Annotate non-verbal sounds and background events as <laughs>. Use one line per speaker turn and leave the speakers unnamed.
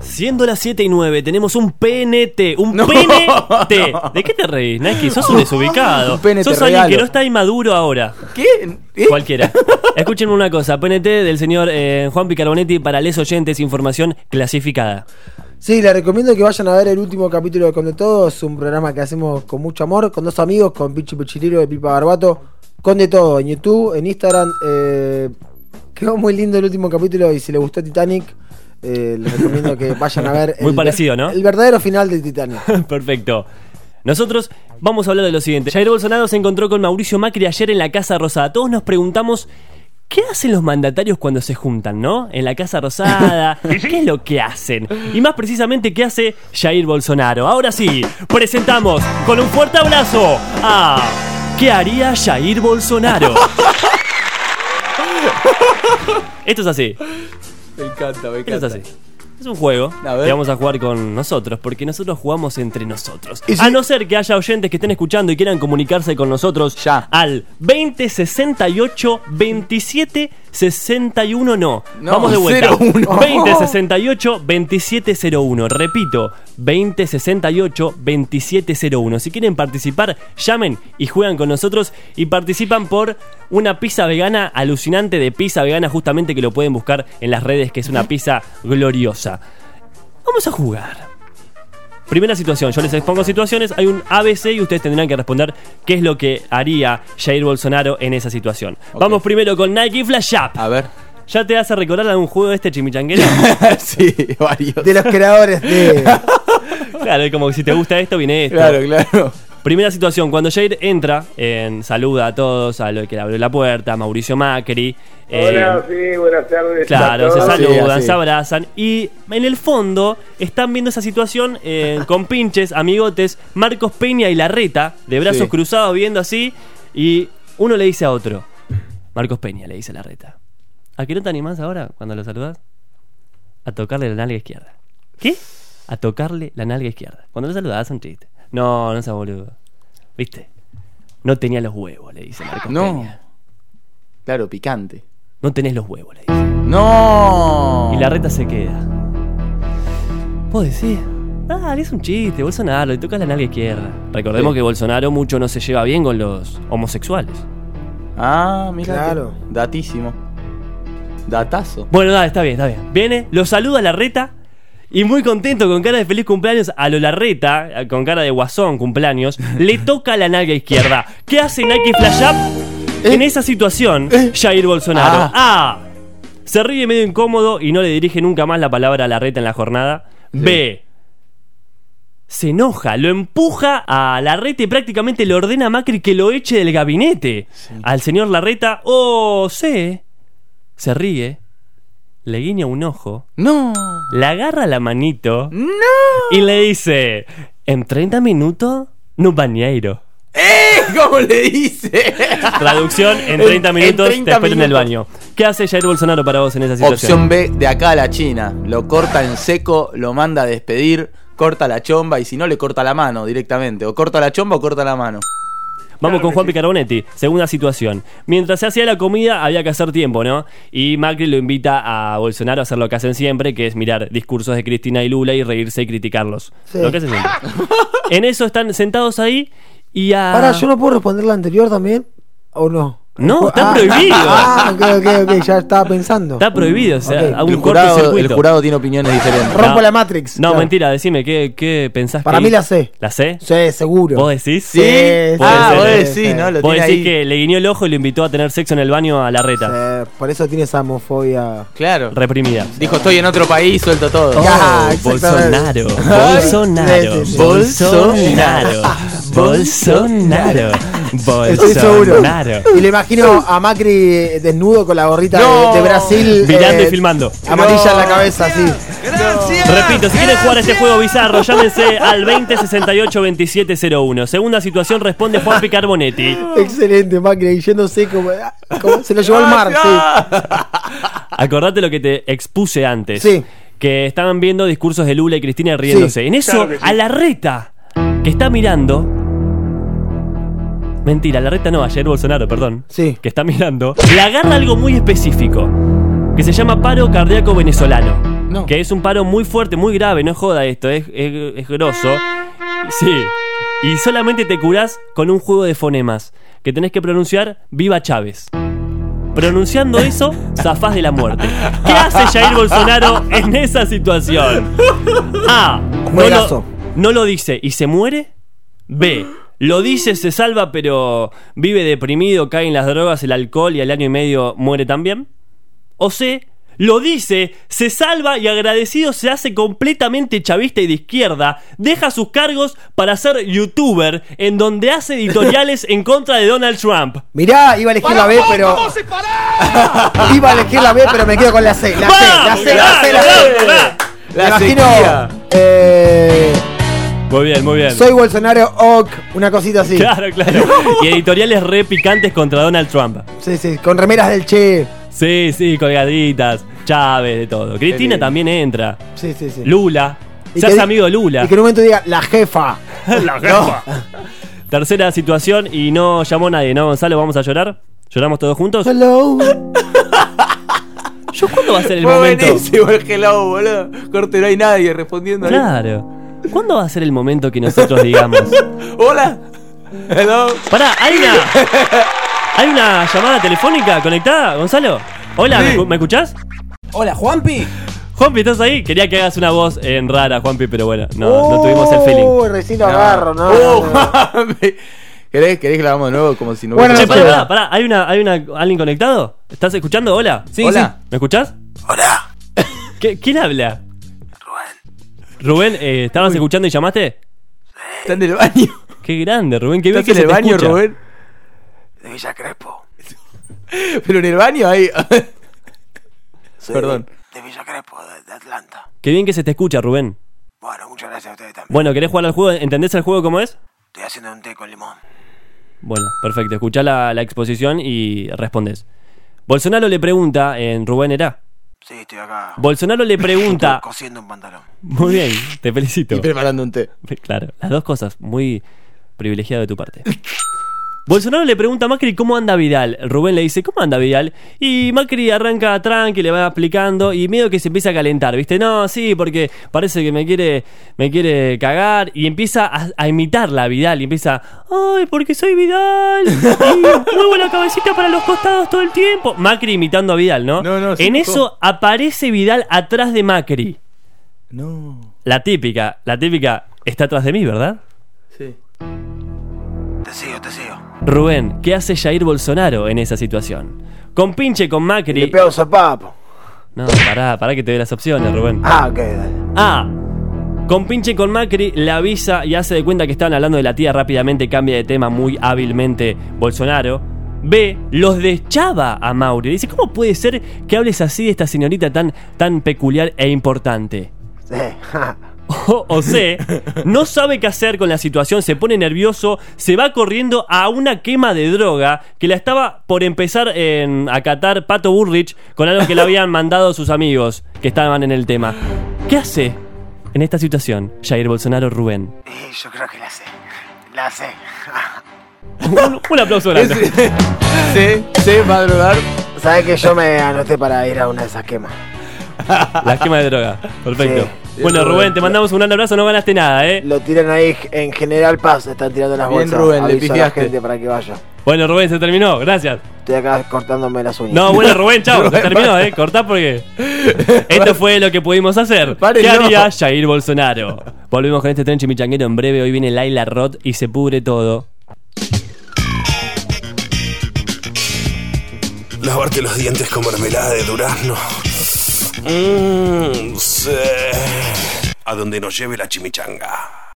Siendo las 7 y 9, tenemos un PNT. ¡Un
<laughs>
PNT! ¿De qué te reís, Naki? Sos un desubicado.
Un PNT
Sos alguien que
regalo.
no está inmaduro ahora.
¿Qué? ¿Eh? <laughs>
Cualquiera. Escúchenme una cosa. PNT del señor eh, Juan Picarbonetti para les oyentes. Información clasificada.
Sí, les recomiendo que vayan a ver el último capítulo de Con de Todos, un programa que hacemos con mucho amor, con dos amigos, con Pichi Pichilero de Pipa Barbato, con de todo, en YouTube, en Instagram. eh, quedó muy lindo el último capítulo y si les gustó Titanic, eh, les recomiendo que vayan a ver
<laughs> Muy
el-
parecido, ¿no?
el verdadero final de Titanic.
<laughs> Perfecto. Nosotros vamos a hablar de lo siguiente. Jair Bolsonaro se encontró con Mauricio Macri ayer en la Casa Rosada. Todos nos preguntamos qué hacen los mandatarios cuando se juntan, ¿no? En la Casa Rosada. ¿Qué es lo que hacen? Y más precisamente, ¿qué hace Jair Bolsonaro? Ahora sí, presentamos con un fuerte abrazo a... ¿Qué haría Jair Bolsonaro? Esto es así.
Me encanta, me
Esto
encanta.
es así. Es un juego
A ver.
que vamos a jugar con nosotros, porque nosotros jugamos entre nosotros.
Y si-
A no ser que haya oyentes que estén escuchando y quieran comunicarse con nosotros
Ya.
al 2068 27 61 no.
No, Oh.
vamos de vuelta.
01.
<laughs> 2068 2701. Repito, 2068 2701. Si quieren participar, llamen y juegan con nosotros y participan por una pizza vegana alucinante de pizza vegana justamente que lo pueden buscar en las redes que es una pizza gloriosa. Vamos a jugar. Primera situación, yo les expongo situaciones, hay un ABC y ustedes tendrán que responder qué es lo que haría Jair Bolsonaro en esa situación. Vamos primero con Nike Flash Up.
A ver.
¿Ya te hace recordar algún juego de este chimichanguero?
<laughs> sí, varios.
De los creadores de.
claro, es como que si te gusta esto, viene esto.
Claro, claro.
Primera situación, cuando Jair entra, en, saluda a todos, a lo que le abrió la puerta, a Mauricio Macri. eh,
Hola, sí, buenas tardes.
Claro,
a
se
todos.
sal-
saludan,
así.
se abrazan y en el fondo están viendo esa situación eh,
<laughs>
con pinches, amigotes, Marcos Peña y Larreta, de brazos
Sí.
cruzados viendo así y uno le dice a otro, Marcos Peña le dice a Larreta, ¿a qué no te animás ahora cuando lo saludas? A tocarle la nalga izquierda. ¿Qué? A tocarle la nalga izquierda. Cuando lo saludas, un chiste. No, no seas boludo. ¿Viste? No tenía los huevos, le dice Marcos
Ah, No.
Peña.
Claro, picante.
No tenés los huevos, le dice.
No.
Y la reta se queda. Vos decís, ah, es un chiste, Bolsonaro, le toca la nalga izquierda. Recordemos
Sí.
que Bolsonaro mucho no se lleva bien con los homosexuales.
Ah, mira.
Claro.
Datísimo. Datazo.
Bueno, dale, está bien, está bien. Viene, lo saluda a la reta. Y muy contento, con cara de feliz cumpleaños, a lo Larreta, con cara de guasón cumpleaños, le toca la nalga izquierda. ¿Qué hace Nike Flash Up? En esa situación, Jair Bolsonaro.
Ah.
A. Se ríe medio incómodo y no le dirige nunca más la palabra a Larreta en la jornada. B. Se enoja, lo empuja a Larreta y prácticamente le ordena a Macri que lo eche del gabinete. Al señor Larreta, o C. Se ríe, le guiña un ojo,
No.
le agarra la manito
No.
y le dice: En 30 minutos, no
<laughs>
bañeiro.
<laughs> ¡Eh! ¿Cómo le <laughs> dice?
Traducción: En
En-
30
en
minutos,
30
te espero en el
minutos.
baño. ¿Qué hace Jair Bolsonaro para vos en esa situación?
Opción B, de acá a la China. Lo corta en seco, lo manda a despedir, corta la chomba y si no le corta la mano directamente. O corta la chomba o corta la mano.
Vamos con Juan Picarbonetti, segunda situación. Mientras se hacía la comida había que hacer tiempo, ¿no? Y Macri lo invita a Bolsonaro a hacer lo que hacen siempre, que es mirar discursos de Cristina y Lula y reírse y criticarlos.
Sí.
Lo que hacen
<laughs>
siempre. en eso están sentados ahí y
Ah.
a...
Ahora, ¿yo no puedo responder la anterior también? ¿O no?
No, está
Ah,
prohibido.
Ah, ok, ok, ok, ya estaba pensando.
Está prohibido, o sea,
Ok.
a un
el, jurado,
cortocircuito.
el jurado tiene opiniones diferentes.
Rompo
No.
la Matrix.
No,
claro.
mentira, decime, ¿qué, qué pensás
Para
que
mí
hizo?
la C.
¿La C?
Sí, seguro.
¿Vos decís?
¿Sí?
Sí,
ah,
sí,
vos
sí,
decís,
sí.
¿no? Lo
Vos
tiene
decís
ahí.
que le guiñó el ojo y lo invitó a tener sexo en el baño a la reta.
Eh, por eso tiene esa homofobia.
Claro.
Reprimida.
Dijo, estoy en otro país, suelto todo.
Ya. Ah,
Oh,
exactamente.
Bolsonaro,
Ay,
Bolsonaro,
sí, sí, sí.
Bolsonaro, Ah, Bolsonaro,
Estoy seguro.
Bolsonaro.
Y le imagino a Macri eh, desnudo con la gorrita de-
No.
de, Brasil.
Mirando y
eh,
filmando.
Amarilla en la cabeza, así.
Repito, si
ah,
quieren jugar a este juego bizarro, llámense al 2068-2701. Segunda situación responde Juan Picarbonetti.
Excelente, Macri, y yéndose como, como- ah, Se lo llevó al mar, sí.
Acordate lo que te expuse antes.
Sí.
Que estaban viendo discursos de Lula y Cristina riéndose.
Sí,
en eso,
claro que sí.
a la reta que está mirando. Mentira, a la reta no, ayer Bolsonaro, perdón.
Sí.
Que está mirando. Le agarra algo muy específico. que se llama paro cardíaco venezolano.
No.
Que es un paro muy fuerte, muy grave, no es joda esto, es, es, es grosso. Sí. Y solamente te curás con un juego de fonemas, que tenés que pronunciar Viva Chávez. Pronunciando eso, zafás de la muerte. ¿Qué hace Jair Bolsonaro en esa situación? A. No lo,
Juegazo.
no lo dice y se muere. B. Lo dice, se salva, pero vive deprimido, cae en las drogas, el alcohol y al año y medio muere también. O C. Lo dice, se salva y agradecido se hace completamente chavista y de izquierda, deja sus cargos para ser youtuber, en donde hace editoriales en contra de Donald Trump.
Mirá, iba a elegir la B, pero. <laughs> Iba a elegir la B, pero me quedo con la C. La C, la C, la C, la
¡Vamos!
C.
¡Vamos!
La
Me imagino.
sequía.
eh,
Muy bien, muy bien.
soy Bolsonaro Ok, una cosita así.
<laughs> Claro,
<laughs>
claro. Y editoriales re picantes contra Donald Trump.
Sí, sí, con remeras del Che.
Sí, sí, colgaditas, Chávez, de todo. Cristina
lindo.
también entra.
Sí, sí, sí.
Lula.
Y
Se hace
di-
amigo de Lula.
Y que en un momento diga, la jefa.
La jefa. Tercera situación y no llamó nadie, ¿no, Gonzalo? ¿Vamos a llorar? ¿Lloramos todos juntos?
Hello.
<laughs> ¿Yo cuándo va a ser el
Fue
momento?
buenísimo el hello, boludo. Corte, no hay nadie respondiendo. ahí.
Claro. ¿Cuándo va a ser el momento que nosotros digamos?
Hola. Hello.
Pará, hay una.
<laughs>
¿Hay una llamada telefónica conectada, Gonzalo? Hola, ¿me,
Sí.
escu- ¿me escuchás?
Hola, Juanpi.
Juanpi, ¿estás ahí? Quería que hagas una voz en rara, Juanpi, pero bueno, no, no tuvimos el feeling.
Uy, recién lo agarro, ¿no?
Oh,
no, no.
mami. ¿Querés, ¿Querés que la hagamos de nuevo? Como si no
Bueno,
Che,
no
hubiera
pará,
sé.
pasado?
pará, pará, ¿hay, una, ¿hay una, alguien conectado? ¿Estás escuchando? Hola.
Sí,
Hola.
¿Me escuchás?
Hola.
<laughs> ¿Qué- ¿Quién habla? Rubén. Rubén, eh, ¿estabas escuchando y llamaste?
Están en
<laughs>
el baño.
Qué grande, Rubén, qué bien
¿Estás
que se
en el
te
baño,
escucha.
Rubén? De Villa Crespo. Pero en el baño ahí. Perdón.
de Villa Crespo, de, de Atlanta.
Qué bien que se te escucha, Rubén.
Bueno, muchas gracias a ustedes también.
Bueno, ¿querés jugar al juego? ¿Entendés el juego cómo es?
Estoy haciendo un té con limón.
Bueno, perfecto. Escuchá la, la exposición y respondes. Bolsonaro le pregunta, en Rubén era.
Sí, estoy acá.
Bolsonaro le pregunta.
<laughs> Cosiendo un pantalón.
Muy bien, te felicito.
Y preparando un té.
<laughs> Claro, las dos cosas, muy privilegiado de tu parte. Bolsonaro le pregunta a Macri cómo anda Vidal. Rubén le dice, ¿cómo anda Vidal? Y Macri arranca tranqui, le va explicando y medio que se empieza a calentar, ¿viste? No, sí, porque parece que me quiere, me quiere cagar. Y empieza a, a imitarla a Vidal y empieza, ¡ay, porque soy
<laughs>
Vidal! Y muevo la cabecita para los costados todo el tiempo. Macri imitando a Vidal, ¿no?
No, no, sí,
en
¿cómo?
eso aparece Vidal atrás de Macri.
No.
La típica, la típica, está atrás de mí, ¿verdad?
Sí.
Te sigo, te sigo.
Rubén, ¿qué hace Jair Bolsonaro en esa situación? Compinche con
Le
Macri.
pego un zapapo.
No, pará, pará que te doy las opciones, Rubén.
Ah, ok, dale.
A. Compinche con Macri, le avisa y hace de cuenta que estaban hablando de la tía rápidamente, cambia de tema muy hábilmente Bolsonaro. B. Los deschaba a Mauri. Dice, ¿cómo puede ser que hables así de esta señorita tan, tan peculiar e importante?
Sí, ja.
O, o C, no sabe qué hacer con la situación, se pone nervioso, se va corriendo a una quema de droga que la estaba por empezar en acatar Pato Burrich con algo que le habían mandado sus amigos que estaban en el tema. ¿Qué hace en esta situación Jair Bolsonaro Rubén?
<laughs> Y yo creo que la sé. La sé.
Un, un aplauso grande.
<laughs> Sí, sí, madrugar.
<laughs> Sabés que yo me anoté para ir a una de esas quemas.
La quema de droga. Perfecto.
Sí.
Bueno, Rubén, te mandamos un gran abrazo, no ganaste nada, ¿eh?
Lo tiran ahí en General Paz, están tirando las
Bien,
bolsas.
Rubén, le
Aviso a la
pifiaste.
gente para que vaya.
Bueno, Rubén, se terminó, gracias.
Estoy acá cortándome las uñas.
No, bueno, Rubén, chao. Se
Rubén,
terminó, ¿eh? Cortá porque. Esto fue lo que pudimos hacer.
Pare,
¿Qué
no.
haría Jair Bolsonaro? Volvemos con este tren chimichanguero en breve. Hoy viene Laila Roth y se pudre todo.
Lavarte los dientes con mermelada de durazno. Mm, Mmm, sí. A donde nos lleve la chimichanga.